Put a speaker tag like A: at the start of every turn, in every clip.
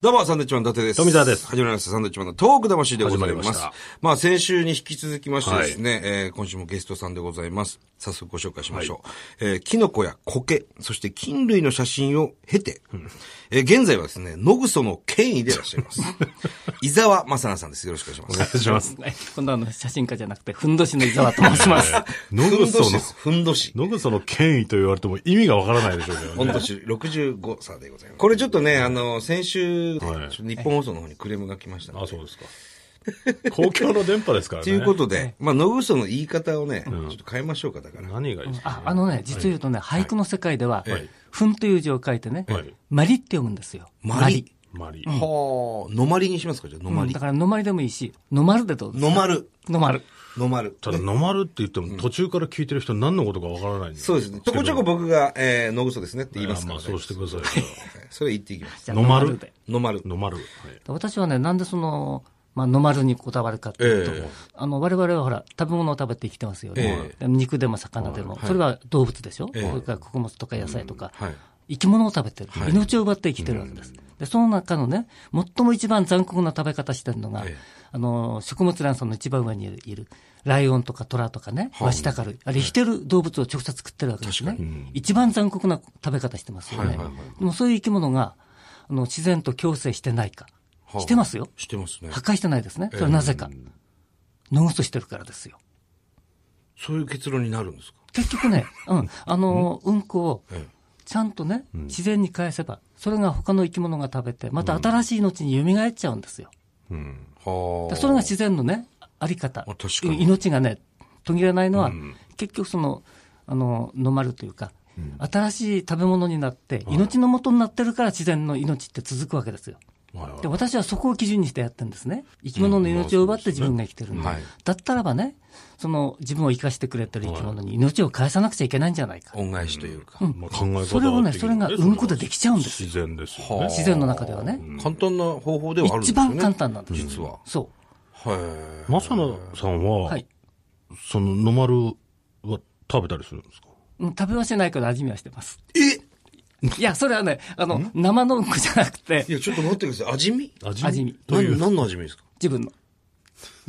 A: どうも、サンドウィッチマン伊達です。
B: 富澤です
A: 始まりました、サンドウィッチマンのトーク魂でございます。
B: 始まりました
A: まあ、先週に引き続きましてですね、えー今週もゲストさんでございます。早速ご紹介しましょう。えーキノコや苔、そして菌類の写真を経て、えー現在はですね、野グソの権威でいらっしゃい ます。伊沢正奈さんです。よろしくお願いします。
B: 失礼します。
C: はい 今度はあの写真家じゃなくて、ふんどしの伊沢と申します。
B: 野
A: ふんど
B: 草
A: しで
B: の、
A: す。ふんどし。
B: 野草の権威と言われても意味がわからないでしょうけど
A: 御
B: ね。
A: 年65歳でございます。これちょっとね、あの、先週、
B: はい
A: 日本放送の方にクレームが来ましたので
B: あ、そうですか。 公共の電波ですからね。
A: ということで、まあ、野草の言い方をね、ちょっと変えましょうか、だから。
B: 何がいいですか
C: あ、あのね、実を言うとね、俳句の世界では
B: はい、
C: ふんという字を書いてね
B: はい、
C: まりって読むんですよ。
A: まり。
B: マリ。
A: はあ、のまりにしますか、じゃあ、の
C: ま
A: ま
C: りうん
A: り
C: だ。から、のまりでもいいし、のまるでどうです
A: のまる。
C: のまる。
A: のまる。
B: ただ、ノマルって言っても途中から聞いてる人何のことかわからないん
A: そうですね。ちょこちょこ僕が、えー、野草ですねって言いますから、
B: ま
A: ね
B: あ、そうしてくださいよ。
A: それ言っていきます。
C: じゃあ
B: のまる
C: で。
A: の まる。
B: ノマル。はい
C: 私はね、なんでその、まあ、のまるにこだわるかっていうと、
A: ええ
C: あの、我々はほら、食べ物を食べて生きてますよね。で肉でも魚でも、それは動物でしょ、それから穀物とか野菜とか、
A: はい。
C: 生き物を食べてる、命を奪って生きてるわけです。で、その中のね、最も一番残酷な食べ方してるのが、
A: ええ
C: あの、食物連鎖の一番上にいるいるライオンとかトラとかね、ワシタカル、あれ、生きてる動物を直接食ってるわけですね。一番残酷な食べ方してますよね。でもそういう生き物が、あの、自然と共生してないか。
A: あ
C: してますよ。
A: してますね。
C: 破壊してないですね。それはなぜか。ノンストしてるからですよ。
A: そういう結論になるんですか
C: 結局ね、うん、あの、うんこを
A: ええ、
C: ちゃんとね、自然に返せば、それが他の生き物が食べて、また新しい命に蘇っちゃうんですよ。
A: は
C: だからそれが自然のね、あり方
A: 確か。に
C: 命がね、途切れないのは、結局その、あの、飲まるというか、新しい食べ物になって、命の元になってるから自然の命って続くわけですよ。
B: はいはい
C: で私はそこを基準にしてやってるんですね。生き物の命を奪って自分が生きてるんだ。
A: はい
C: だったらばね、その自分を生かしてくれてる生き物に命を返さなくちゃいけないんじゃないか。
A: 恩返しというか。
B: まあ考え方は
C: それをね
B: 的に
C: それがうんこでできちゃうんです
B: 自然ですよ
A: はあ
B: ね。
C: 自然の中ではね。
A: 簡単な方法ではあるんです
C: 一
A: よね。
C: 番簡。単なんです。
A: 実は。
C: そ
A: は
B: マサナさん
C: う。
B: は、
C: はい。
B: そのノマルは食べたりするんですか
C: うん食べはしないけど味見はしてます。
A: い。え
C: いや、それはね、あの、生のうんこじゃなくて
A: い、や、ちょっと待ってください。味見
B: 味
C: 味見
B: という
A: 何何の味見ですか
C: 自分の。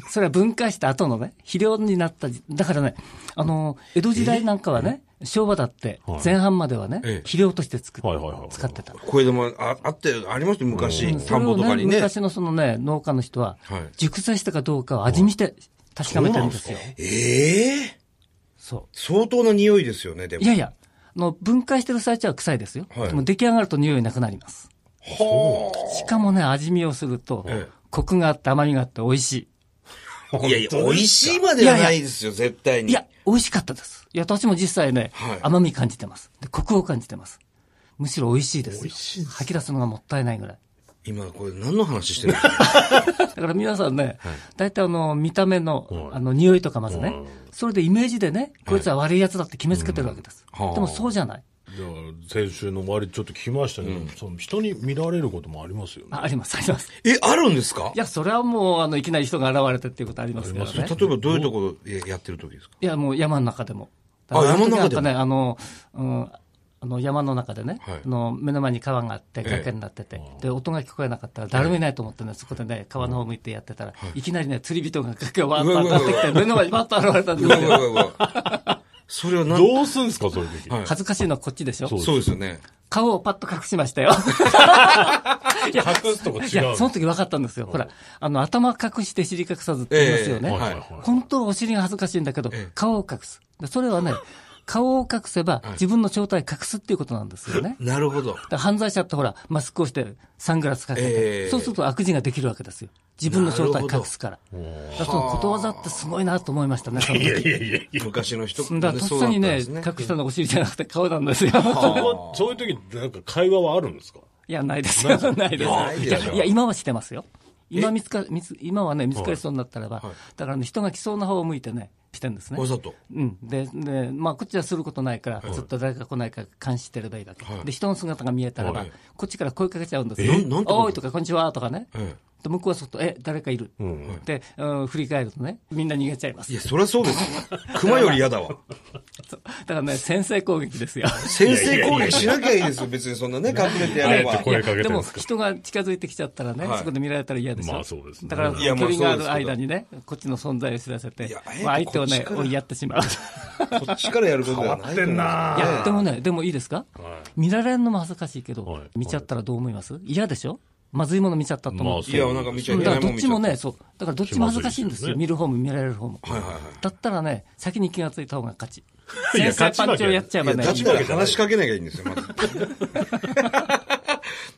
C: それは分解した後のね、肥料になったじ、だからね、あの、江戸時代なんかはね、昭和だって
B: はい、
C: 前半まではね、
A: ええ
C: 肥料として作っ
B: はいはいはい
C: 使ってた。
A: これでもああって、ありましたよ昔、田んぼとかにね。
C: 昔のそのね、農家の人は
A: はい、
C: 熟成したかどうかを味見して確かめてるんですよ。
A: ええ
C: そ
A: 相当な匂いですよね、で
C: う。
A: も。
C: いやいや、あの、分解してる最中は臭いですよ。
A: はい
C: でも出来上がると匂いなくなります。
A: は
C: しかもね、味見をすると
A: ええ、
C: コクがあって甘みがあって美味し
A: いやいや、美味しいまではないですよ、絶対
C: い。
A: に。
C: いや、美味しかったです。いや、私も実際ね
A: はい、
C: 甘み感じてます。で、コクを感じてます。むしろ美味しいですよ。吐き出すのがもったいないぐらい。
A: 今、これ何の話してるの
C: だから皆さんね、大体あの、見た目の
B: は、い
C: あの、匂いとかまずね、それでイメージでね、こいつは悪い奴だって決めつけてるわけです。
A: うんはあ
C: でもそうじゃない。
B: だから先週の終わりちょっと聞きましたけど、その人に見られることもありますよね。
C: ああります、あります。
A: え、あるんですか
C: いや、それはもう、あの、いきなり人が現れてっていうことありますから
A: 例
C: ね。
A: えばどういうところやってる時ですか
C: いや、もう山の中でも。
A: あ山の中でも
C: なんかね、あの、うん、あの山の中でね、
A: はい
C: あの目の前に川があって、
A: ええ
C: 崖になってて、で、音が聞こえなかったら、誰もいないと思ってね、そこでね、川の方向いてやってたら、い、きなりね、釣り人が崖をわーっと上がってきて、目の前にバッと現れたん
A: う
C: です
A: わ
C: よ。
A: うわうわ。それは何
B: どうすんすか、そういう時。
A: はい
C: 恥ずかしいのはこっちでしょ
B: そう
A: そうですよね。
C: 顔をパッと隠し ましたよ。いや
B: 隠すとこ違う
C: いや、その時分かったんですよ。ほら、あの、頭隠して尻隠さずって言いますよね。
A: ええはい
C: 本当はお尻が恥ずかしいんだけど、顔を隠す。でそれはね、顔を隠せば自分の正体隠すっていうことなんですよね。
A: なるほど。
C: だから犯罪者ってほら、マスクをして、サングラスかけて、
A: ええ
C: そうすると悪事ができるわけですよ。自分の正体隠すから。だからそのことわざってすごいなと思いましたね、その時。
A: 昔の人
C: だからとっさにね、隠したのはお尻じゃなくて顔なんですよ。
B: そう そういう時ってなんか会話はあるんですか
C: いや、ないですよ。ないです。
A: ない
C: い
A: で
C: や
A: しょ
C: いや、今はしてますよ。今見つか、見つ、今はね、見つかりそうになったらば、だからね、人が来そうな方を向いてね、してんですね
A: わ。ざと。
C: うん。で、で、まあ、こっちはすることないから、ずっと誰か来ないか監視してればいいわけ。で、人の姿が見えたらば、
A: はい
C: こっちから声かけちゃうんです
A: え
C: よ
A: なん。てこと
C: おーいとか、こんにちはとかね。
A: ええ
C: で向こうはそっと、え、誰かいる。で、うん振り返るとね、みんな逃げちゃいます。
A: いや、そりゃそうですよ。熊より嫌だわ。
C: そうだからね、先制攻撃ですよ。
A: 先制攻撃しなきゃいいですよ。別にそんなね、隠れてやれば。
B: あえて声かけて
C: で
B: るん
C: も
B: ですか
C: 人が近づいてきちゃったらね、
A: はい
C: そこで見られたら嫌でしょ、
B: まあそうですね
C: だから
A: い
C: 距
A: やまあ
C: 離がある間にね、こっちの存在を知らせて
A: いや、
C: まあ、
A: ええ
C: 相手を
A: こっ
C: ね
A: ち、から
C: 追いやってしまう。
A: こっちからやることではないと思うんですよ。
C: いや、でもね、でもいいですか、
B: は
C: 見られるのも恥ずかしいけど、
B: はい
C: 見ちゃったらどう思います嫌でしょまずいもの見ちゃったと思う。
B: まあそう
A: いや、なんか見ちゃ
C: う
A: い
C: ん
A: け
C: だか
A: ないも
C: らど
A: ん
C: っ
A: 見
C: ち
A: ちゃ
C: も
A: う。
C: ね、そう。だからどっちも恥ずかしいんです
B: 気まずいで
C: よ。
B: すよね
C: 見る方も見られる方も、
A: はいはいはい
C: だったらね、先に気がついた方が勝ち。
B: いや
C: 先制パンチをやっちゃえ
A: い
C: ば
A: や、
C: ね、
A: だったら話しかけなきゃいいんですよ、ま ず。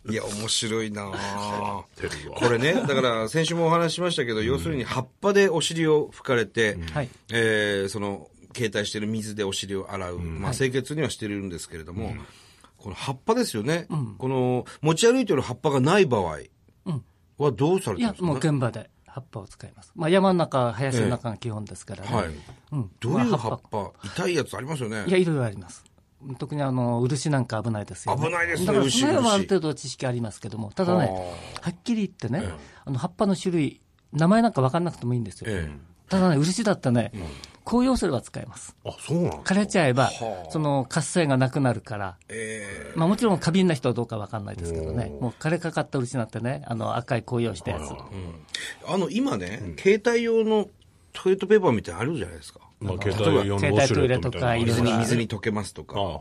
A: いや、面白いなぁ。
B: てるわ
A: これね、だから先週もお話ししましたけど、要するに葉っぱでお尻を拭かれて、
C: はい
A: えーその、携帯してる水でお尻を洗う。まあ清潔にはしてるんですけれども、この葉っぱですよね、この、持ち歩いてる葉っぱがない場合はどうされ
C: い
A: てるん
C: や
A: ですか、ね
C: もう現場で葉っぱを使います、まあ、山の中林の中が基本ですからね、
A: はい。
C: うん
A: どういう葉っ
C: ま
A: ぱ、痛いやつありますよね
C: あいやいろいろあります特にあの漆なんか危ないですよ、
A: 危ないですね
C: だから
A: 漆
C: その辺はある
A: 漆
C: 程度知識ありますけどもただね
A: は
C: はっきり言ってね、あの葉っぱの種類名前なんか分かんなくてもいいんですよ、
A: え
C: ただね漆だってね、紅葉すれば使えます
B: あ、そうなん
C: 枯れちゃえば
A: はあ
C: その活性がなくなるから
A: えー
C: まあ、もちろん過敏な人はどうか分かんないですけどね、もう枯れかかった漆なんてね、あの赤い紅葉したやつ、
A: あの、今ね、携帯用のトイレットペーパーみたいなのあるじゃないですか。
B: まあ、携帯用のウォシュレットみたいなのあります
A: 水
C: 携帯トイレと
A: に、
C: かうん
A: 水に溶けますとか。
B: ああ
A: あ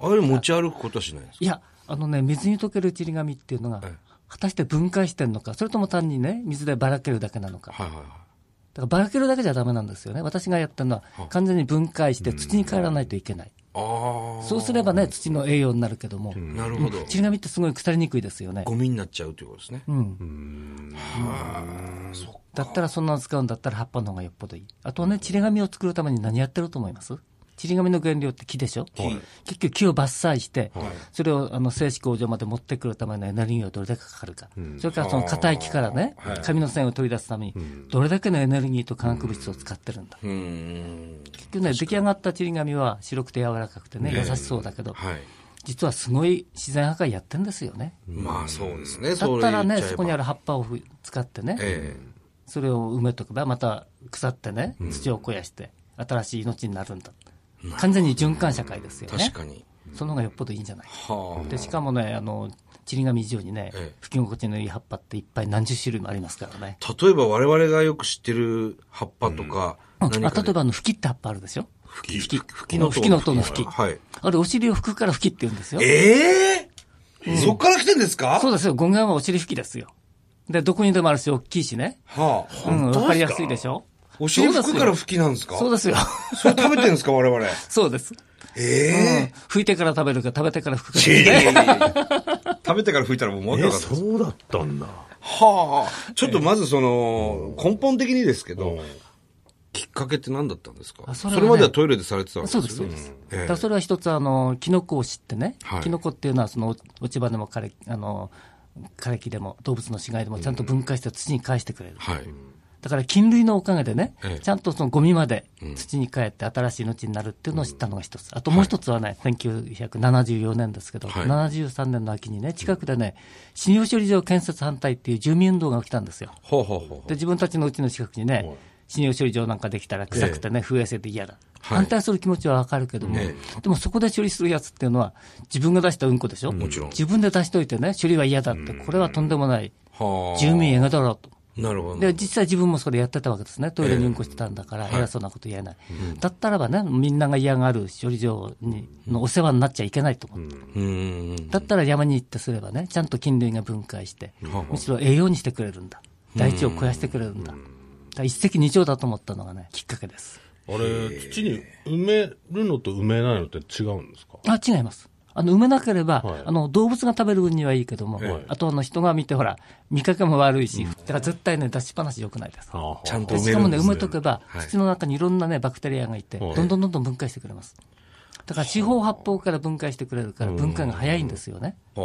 B: ああ
A: れ持ち歩くことはしないですか
C: いや、あのね、水に溶けるちり紙っていうのが、果たして分解してるのか、それとも単にね、水でばらけるだけなのか。だ
A: はいはいはい。
C: からばらけるだけじゃダメなんですよね。私がやったのは、完全に分解して土に帰らないといけない。
A: ああ。
C: そうすればね、土の栄養になるけども、
A: なるほど。
C: ちり紙ってすごい腐りにくいですよね。
A: ゴミになっちゃうということですね。
C: だったらそんなの使うんだったら葉っぱの方がよっぽどいい。あとはね、ちり紙を作るために何やってると思いますちり紙の原料って木でしょ、結局木を伐採して、それをあの製紙工場まで持ってくるためのエネルギーがどれだけかかるか。それからその硬い木からね、紙の線を取り出すために、どれだけのエネルギーと化学物質を使ってるんだ。
A: うーん。
C: 結局ね、出来上がったちり紙は白くて柔らかくてね、優しそうだけど、
A: はい。
C: 実はすごい自然破壊やってんですよね。
A: まあそうですね。
C: だったらね、
A: れ言っちゃえば
C: そこにある葉っぱをふ使ってね、
A: え
C: それを埋めとけば、また腐ってね、土を肥やして、新しい命になるんだ。完全に循環社会ですよ
A: え
C: ね
A: 確。かに。
C: その方がよっぽどいいんじゃないか
A: は
C: で、しかもね、あの、ちり紙以上にね
A: ええ、
C: 吹き心地のいい葉っぱっていっぱい何十種類もありますからね。
A: あ。例えば我々がよく知ってる葉っぱとか、
C: あ、
A: 何か
C: 例
A: で
C: えばあの、吹きって葉っぱあるでしょ
A: 吹き、吹
C: きの
A: 音
C: 吹きの音の吹き
A: はい。
C: あれ、お尻を拭くから吹きって言うんですよ。
A: ええそっから来てんですか
C: そうですよ、語源はお尻拭きですよ。で、どこにでもあるし、大きいしね。
A: は
C: う
A: あ。
C: ん、わかりやすいでしょ
A: お尻拭くから
C: き
A: 吹きなんですか
C: そうですよ。
A: それ食べてるんですか我 々。
C: そうです。うん
A: ええ
C: 拭いてから食べるか、食べてから拭くか。
A: 食べてから拭いたらもうわけ
B: え、
A: わかんない。
B: そうだったんだ。
A: はあ。ちょっとまずその、根本的にですけど、きっかけって何だったんですか
C: あ
A: そ
C: そ
A: れ,、
C: れはね
A: まではトイレでされてたわけ
C: そうで、
A: ですす
C: そ
A: よ
C: う
A: ね。
C: です。
A: ええ
C: だからそれは一つ、あの、キノコを知ってね、
A: はい
C: キノコっていうのは、その、落ち葉でも枯れ、あの、枯れ木でも動物の死骸でもちゃんと分解して土に返してくれる。
A: はい。
C: だから菌類のおかげでね
A: ええ、
C: ちゃんとそのゴミまで土に帰って新しい命になるっていうのを知ったのが一つ。あともう一つはね、1974年ですけど、
A: はい
C: 73年の秋にね、近くでね、信用処理場建設反対っていう住民運動が起きたんですよ。
A: ほうほうほう
C: で、自分たちのうちの近くにね、信用処理場なんかできたら臭くてね、不衛生で嫌だ。
A: はい
C: 反対する気持ちはわかるけども、
A: え
C: でもそこで処理するやつっていうのは、自分が出したうんこでしょも
A: ちろん
C: 自分で出しといてね、処理は嫌だって、これはとんでもない。
A: ほう。はあ。
C: 住民映画だろうと。
A: なるほど。
C: で、実際自分もそれやってたわけですね。トイレにうんこしてたんだから、偉そうなこと言えない。だったらばね、みんなが嫌がる処理場に、のお世話になっちゃいけないと思って。
A: うーん。
C: だったら山に行ってすればね、ちゃんと菌類が分解して、
A: はあ
C: むしろ栄養にしてくれるんだ。大地を肥やしてくれるんだ。だから一石二鳥だと思ったのがね、きっかけです。
B: あれ、土に埋めるのと埋めないのって違うんですか
C: あ、違います。あの、埋めなければ、
B: はい
C: あの、動物が食べる分にはいいけども、
B: はい
C: あとあの、人が見てほら、見かけも悪いし、だから絶対ね、出しっぱなし良くないです。
B: ああ
A: ちゃんと
C: で
A: 埋め
C: し
A: る
C: か
A: ん
C: も
A: で
C: ね、
A: す
C: 埋めとけば、
A: はい
C: 土の中にいろんなね、バクテリアがいて、
B: はい
C: どんどんどんどん分解してくれます。だから、四方八方から分解してくれるから、分解が早いんですよね。
A: は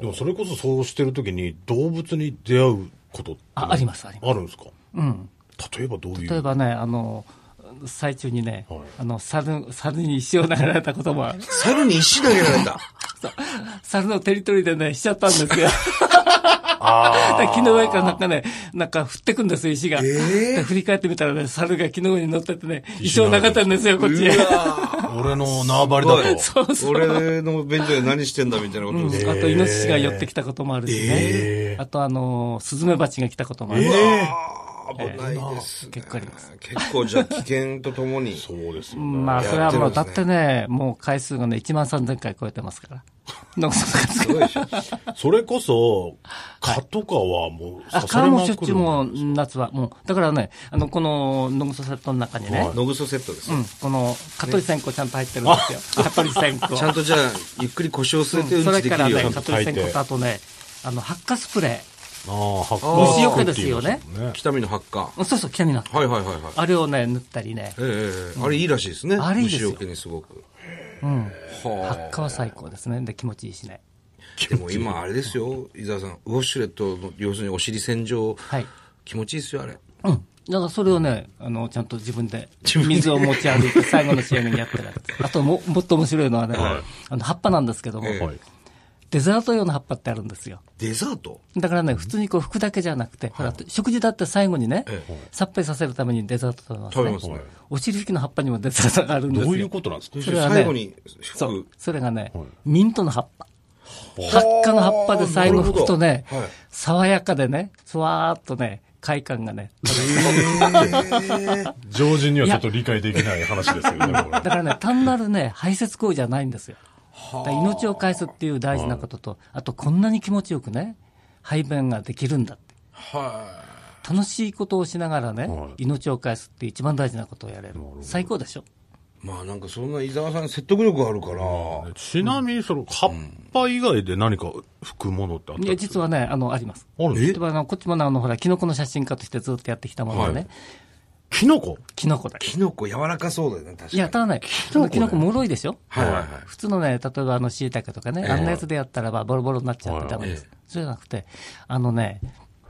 B: でもそれこそそうしてるときに動物に出会うことって
C: あ、あります、あります。
B: あるんですか
C: うん。
B: 例えばどういう
C: 例えばね、あの、最中にね、
B: はい
C: あの、猿、猿に石を投げられたこともある、
A: あ。猿に石投げられた。
C: そう猿のテリトリーでね、しちゃったんですよ。
B: あ
C: た 木の上からなんかね、なんか降ってくんですよ、石が。
A: ええ
C: で振り返ってみたらね、猿が木の上に乗っててね、一生なかったんですよ、こっちへ。
B: 俺の縄張りだと。
C: そうそう。
A: 俺の便所で何してんだみたいなことですね。
C: あと、イノシシが寄ってきたこともあるし
B: え
C: ね。あと、あのー、スズメバチが来たこともあるし。
A: あ危ないですね。
C: 結構あります
A: 結構じゃあ危険とともに。
B: そうですよね。
C: まあ、それはも
A: やってるん
C: う、
A: です
C: だ
A: ね
C: ってね、もう回数がね、1万3000回超えてますから。野草が
A: すご いでしょ。
B: それこそ、蚊とかはもう
C: あ、
B: 刺さ
C: 川
B: れま
C: も
B: く
C: しょ
B: る
C: っちゅうもう、夏は。もう、だからね、あの、この、野草セットの中にね、
A: ノグソセットです
C: う。ん、この、蚊取り線香ちゃんと入ってるんですよ。蚊取り 線香。
A: ちゃんとじゃあ、ゆっくり腰を据えて
C: う
A: うんん
C: そ
A: ち
C: れ
A: でき
C: から
A: るよう
C: ね、
A: に
C: 蚊。取り線香とあとね、あの、発火スプレ
B: ああ、発
C: ー。
B: 酵
C: 虫よけですよね。
A: 北見のハッカー。
C: そうそう、北見の。
A: はいはいはいはい。
C: あれをね、塗ったりね。
A: ええええあれいいらしいですね。
C: あれいいですよ
A: 虫除けにすごく。
C: うん。
A: は
C: 発火は最高ですね。で、気持ちいいしね。
A: あ。でも今あれですよ、伊沢さん。ウォッシュレットの、要するにお尻洗浄。
C: はい
A: 気持ちいいですよ、あれ。
C: うん。だからそれをね、あの、ちゃんと自分で、水を持ち歩いて、最後の仕上げにやってるわけです。あとも、もっと面白いのはね、あの、葉っぱなんですけども、
A: ええ
B: はい。
C: デザート用の葉っぱってあるんですよ。
A: デザート
C: だからね、普通にこう、服だけじゃなくて、ほら、食事だって最後にね
A: ええ、
C: さっぱりさせるためにデザート食べますね。
A: 食べますね。
C: お尻拭きの葉っぱにもデザートがあるんです
B: ど
C: よ。
B: ういうことなんですか
C: それはね
A: 最後に
C: そ
A: 服
C: う。それがね、ミントの葉っぱ。発火の葉っぱで最後吹くとね
A: なるほどはい、
C: 爽やかでね、ふわーっとね、快感がね。
B: 常人にはちょっと理解できない話ですよね、これ
C: だからね、単なるね、排泄行為じゃないんですよ。だから命を返すっていう大事なことと、あとこんなに気持ちよくね、排便ができるんだって。
A: は
C: 楽しいことをしながらね、
B: は
C: 命を返すって一番大事なことをやれる。最高でしょ。
A: い。まあなんかそんな伊沢さん説得力あるから。
B: ちなみに、その、葉っぱ以外で何か拭くものってあった
C: い
B: ん
C: や、
B: ですか
C: 実はね、あの、あります。
B: あるんです
C: 例えばあのこっちもねあの、ほら、キノコの写真家としてずっとやってきたものでね、
B: キノコ
C: キノコだ。
A: キノコ柔らかそうだよね、確かに。
C: いや、ただね、キノコ,、もろいでしょ
A: はいはいはい。
C: 普通のね、例えばあの、椎茸とかね、あんなやつでやったらばボロボロになっちゃってダメです。そうじゃなくて、あのね、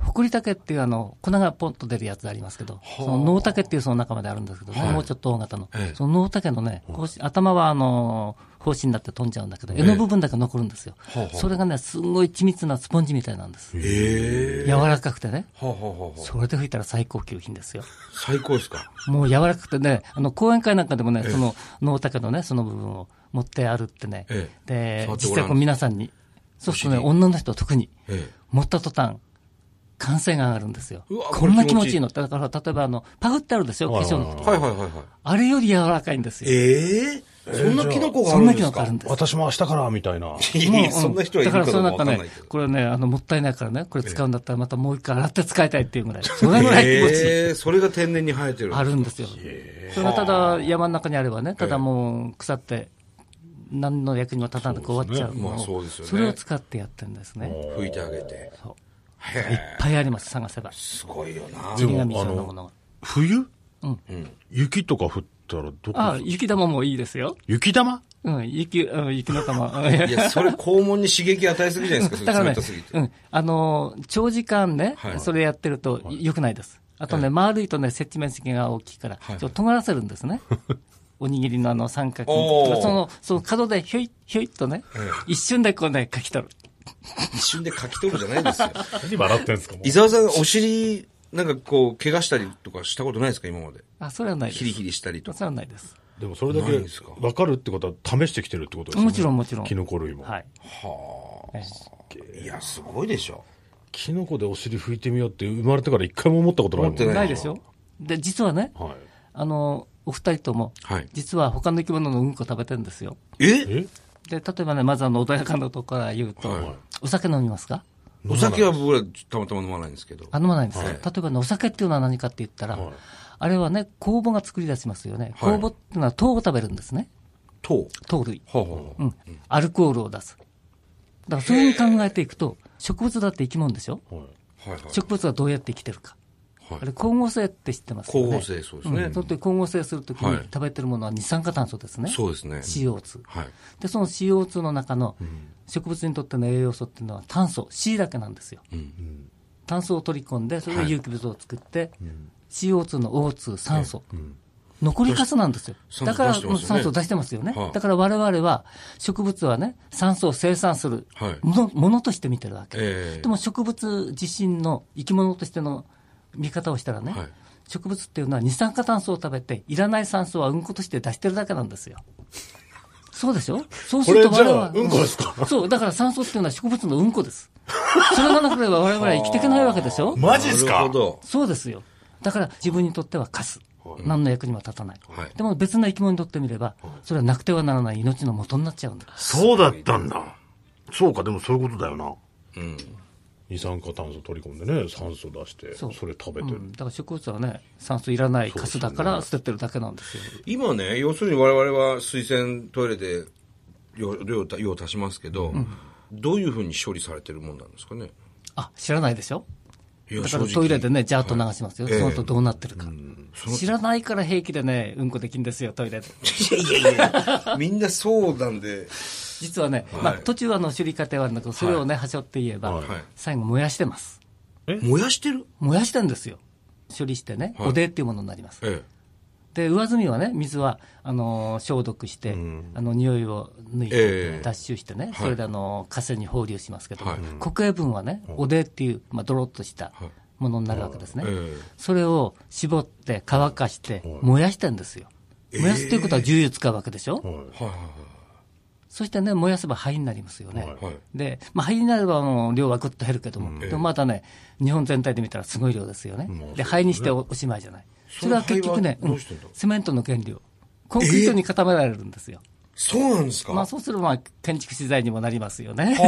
C: ホクリタケっていうあの、粉がポンと出るやつありますけど、そのノウタケっていうその中まであるんですけどね、もうちょっと大型の。そのノウタケのね、こうし頭はあの、胞子になって飛んじゃうんだけど、柄の部分だけ残るんですよ。それがね、すんごい緻密なスポンジみたいなんです。
A: ええ
C: 柔らかくてね。
A: はあ、はあはあはあ、
C: それで吹いたら最高級品ですよ。
A: 最高ですか。
C: もう柔らかくてね、あの講演会なんかでもね、その脳高のね、その部分を持ってあるってね、
A: え
C: で
A: 触ってご
C: 実
A: らん
C: 際こう皆さんに、そうするとね、
A: お尻
C: 女の人は特に、
A: ええ
C: 持った途端歓声が上がるんですよ。
A: うわ
C: こんな
A: これ気
C: 気
A: 持
C: 持
A: ちいい
C: ちいいのって、だから例えばあのパフってあるでしょ、化
B: はいはい
C: 粧
B: はい
C: の時
A: はいはいはいはい。
C: あれより柔らかいんですよ。
A: ええそんなキノコがあ
C: そ
A: る
C: ん
A: ん
C: な
A: で
C: 機
A: す
C: 能が
A: か
C: あるんです。
B: 私も明日から、みたいな。
A: いやいやそんな人はいる
C: だか
A: からど
C: そうう
A: かわ
C: なん
A: か
C: か
A: んない
C: ね
A: けど、。
C: これね、あの、もったいないからね、これ使うんだったらまたもう一回洗って使いたいっていうぐらい。それぐらい気持ちいい。
A: ええそれが天然に生えてる。
C: あるんですよ。それがただ山の中にあればね、ただもう腐って、何の役にも立たなく終わっちゃう
A: ま
C: の
A: あそう
C: を
A: ですよね
C: それを使ってやってるんですね。
A: 拭いてあげて。
C: そう
A: へ
C: いっ
A: え
C: ぱいあります、探せば。
A: すごいよな。
B: で
C: 死神
B: も、あ
C: さんのもの
B: の
C: が、。
B: 冬雪とか降ったらどこ
C: あ、雪玉もいいですよ。
B: 雪玉
C: うん、雪、うん雪の 玉。うん
A: いや、それ肛門に刺激与えすぎじゃないですか、
C: だ
A: そ
C: か
A: れ冷
C: らね
A: たすぎ、て。
C: うん、あのー長時間ね、
A: はい
C: それやってると良くないです。あとね、丸いとね、接地面積が大きいから、ちょっと尖らせるんで すね。おにぎりのあの三角
A: おー
C: その、その角でひょい、ひょいっとね、一瞬でこうね、書き取る。
A: 一瞬でかき取るじゃないですよ。
B: 何笑ってんですか
A: 伊沢さん、お尻、なんかこう、怪我したりとかしたことないですか、今まで。
C: あ、それはないです。
A: ヒリヒリしたりとか。
C: それはないです。
B: でもそれだ
A: な
B: け
A: いんですか
B: 分かるってことは試してきてるってことですよね。
C: もちろんもちろん
B: キノコ類も。
C: はい。え
A: いや、すごいでしょ。
B: キノコでお尻拭いてみようって生まれてから一回も思ったことないもん
A: 思
C: え
A: って
C: ないでしょで、実はね、
B: はい。
C: あのーお二人とも、
A: はい
C: 実は他の生き物のうんこ食べてるんですよ。
A: え
B: え
C: で、例えばね、まずあの、穏やかなとこから言うと、
A: はい
C: お酒飲みますか
A: お酒は僕らたまたま飲まないんですけど。
C: あ飲まないんですよ、例えばね、お酒っていうのは何かって言ったら、あれはね、酵母が作り出しますよね。
A: はい
C: 酵母っていうのは糖を食べるんですね。
A: と。
C: 糖類。
A: はあは
C: うん。アルコールを出す。だからそういうふうに考えていくと、植物だって生き物でしょ
B: はい。
A: あ。はいはい。
C: 植物はどうやって生きてるか。
A: はい
C: あれ、光合成って知ってますよ
A: 光
C: ね。
A: 合成、そうですね
C: ん。その時光合成するときに
A: はい
C: 食べてるものは二酸化炭素ですね。
A: そうですね。
C: CO2。
A: はい。
C: で、その CO2 の中の植物にとっての栄養素っていうのは炭素、C だけなんですよ。炭素を取り込んで、それで有機物を作って、CO2 の O2、酸素、残りかすなんですよ。
A: 酸素
C: だから
A: 出してますよね
C: 酸素を出してますよね。
A: はい
C: だから我々は植物はね、酸素を生産する
A: はい
C: もの,、ものとして見てるわけ。
A: ええ
C: でも植物自身の生き物としての見方をしたらね、
A: はい
C: 植物っていうのは二酸化炭素を食べて、いらない酸素はうんことして出してるだけなんですよ。そうでしょそうすると
B: これ
C: 我
B: じゃあ
C: 々は。
B: うんこですか
C: そう、だから酸素っていうのは植物のうんこです。それがなけれ ば我々は生きていけないわけでしょ
B: マジっす
A: なる
B: か
A: ほど。
C: そうですよ。だから自分にとってはカス。何の役にも立たない。
A: はい
C: でも別の生き物にとってみれば、それはなくてはならない命の元になっちゃうんだ。
D: そうだったんだ。そうか、でもそういうことだよな。
B: 二酸化炭素取り込んでね、酸素出して、
C: そ
B: そうれ食べ
C: う
B: てる。
C: ん、だから植物はね、酸素いらないカスだから捨ててるだけなんですよ。
A: 今ね、要するに我々は水洗トイレで量量た量を足しますけど、どういうふうに処理されてるもんなんですかね。
C: あ、知らないでしょ
A: いや
C: だから
A: 正直
C: トイレでね、ジャーッと流しますよ。
A: はい
C: その後どうなってるか。
A: の
C: 知らないから平気でね、うんこできんですよ、ト イレで。
A: いやいや、みんなそうなんで。
C: 実はね、まあ途中はあの処理過程はあるんだけど、それをね、端折って言えば
A: い、
C: 最後燃やしてます。
A: 燃やしてる
C: 燃やしてんですよ。処理してね、
A: い
C: おでっていうものになります。
A: え
C: で上澄みはね水はあのー消毒して、あの匂いを抜いて、
A: ええ
C: 脱臭してね、それであのー河川に放流しますけど、
A: はい
C: 国営分はねおでっていう、まあ、ドロッとしたものになるわけですね、
A: ええ
C: それを絞って乾かして燃やしてんですよ燃やすということは重油使うわけでしょ、
A: え。はいは
C: そしてね燃やせば灰になりますよね、
A: いはい。
C: で、まあ、灰になればもう量はぐっと減るけども、でもまたね、日本全体で見たらすごい量ですよね。で、灰にしておおしまいじゃない。それは結局ね、
A: その灰はど
C: うん
A: うしてんだ
C: セメントの原料、コンクリートに固められるんですよ。
A: そうなんですか
C: まあ、
A: は
C: そうすればまあ建築資材にもなりますよね。
A: あ。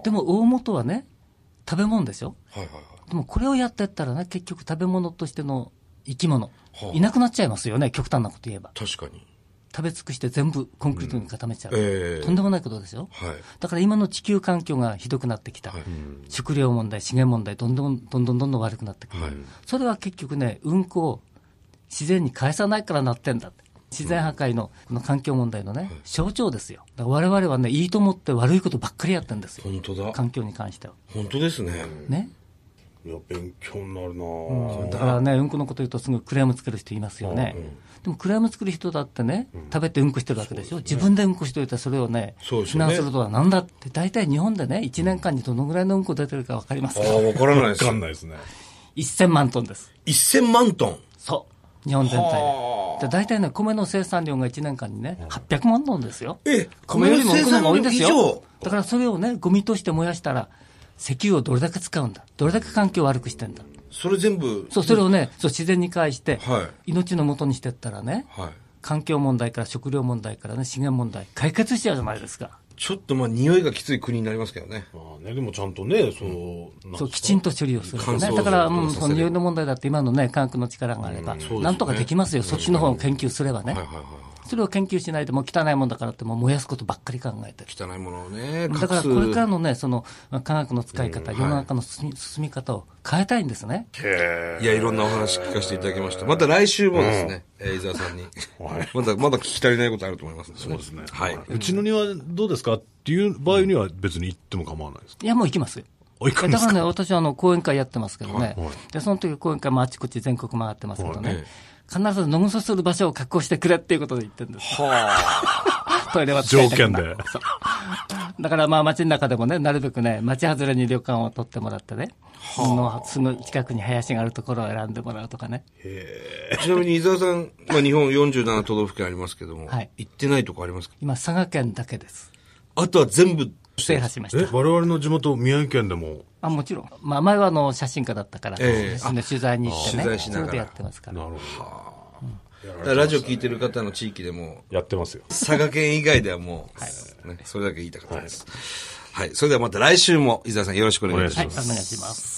C: でも、大元はね、食べ物でしょ。
A: はいはいはい。
C: でも、これをやってったらね、結局食べ物としての生き物、いなくなっちゃいますよね、極端なこと言えば。
A: 確かに。
C: 食べ尽くして全部コンクリートに固めちゃう。
A: うんええ
C: とんでもないことですよ。
A: はい。
C: だから今の地球環境がひどくなってきた、食料問題、資源問題、どんどんどんどんどんどん悪くなってくる、それは結局ね、運行を自然に返さないからなってんだって、自然破壊のこの環境問題のね、象徴ですよ、だから我々はね、いいと思って悪いことばっかりやってんですよ、
A: 本当だ。
C: 環境に関しては。
A: 本当ですね。
C: ね、
B: いや、勉強になるな
C: だからね、うんこのこと言うと、すぐクレームつける人いますよね。でもクレーム作る人だってね、食べてうんこしてるわけでしょ、自分でうんこしておいて、それをね、
A: そうです
C: 避
A: よね
C: 難するとはなんだって、大体日本でね、1年間にどのぐらいのうんこ出てるか分かります
A: あ
C: か、
A: あ、わからないで
B: わ
A: す
B: か。んないですね。
C: 1000万トンです、
A: 1000万トン。
C: そう、日本全体で。で大体ね、米の生産量が1年間にね、800万トンですよ、
A: え
C: 米よりも
A: 米の生
C: 運
A: 産
C: のが多いんです
A: 以上
C: よ、だからそれをね、ゴミとして燃やしたら、石油をどれだけ使うんだ、どれだけ環境を悪くしてんだ。
A: それ全部。
C: そう、それをね、そう自然に返して、
A: は
C: 命のもとにしてったらね、
A: はい。
C: 環境問題から食料問題からね、資源問題、解決しちゃうじゃないですか。
A: ちょっとまあ、匂いがきつい国になりますけどね。
B: まあね、でもちゃんとね、その、な
C: そ
B: ん
C: う、
B: か
C: きちんと処理をすると
A: 乾燥す
C: ね。
A: る
C: だから、
A: 乾燥
C: うん、
A: させる
C: その匂いの問題だって今のね、科学の力があれば、
A: よね
C: なんとかできますよ。そっちの方を研究すればね。
A: はいはいはい。
C: それを研究しないでもう汚いもんだからってもう燃やすことばっかり考えてる。
A: 汚いものをね、隠す。
C: だからこれからのね、その科学の使い方、世の中の進み進み方を変えたいんですね。
A: いや、いろんなお話聞かせていただきました。また来週もですね、えー伊沢さんに。まだ、まだ聞き足りないことあると思いますそうですね。はい。
B: うちの庭どうですかっていう場合には別に行っても構わないですか
C: いや、もう行きますよ。
B: おいくらで
C: だ
B: す
C: か
B: から
C: ね、私はあの講演会やってますけどね、でその時講演会もあちこち全国回ってますけどね、必ず野ぐそする場所を確保してくれっていうことで言ってるんです。トイレは使
B: 条
C: いたく
B: 件
C: ない
B: で。
C: だからまあ街の中でもね、なるべくね、街外れに旅館を取ってもらってね、そのすぐ近くに林があるところを選んでもらうとかね、
A: ちなみに伊沢さん、まあ、日本47都道府県ありますけども、
C: はい
A: 行ってないとこありますか
C: 今、佐賀県だけです。
A: あとは全部、
C: 制覇しまし
B: え
C: た。
B: 我々の地元、宮城県でも。
C: あもちろん。まあ前はあの写真家だったから、
A: ええ
C: 写真の取材に行って
A: 取
C: ね、
A: 材し
C: そ
A: なが
C: れ
A: ら
C: でやってますから。
B: なるほ
A: だからラジオ聞いてる方の地域でも、
B: ど。やってますよ。
A: 佐賀県以外ではもう、ね、それだけ言いたかったです。はい。それではまた来週も伊沢さんよろしくお願いいたします。
C: はい、お願いします。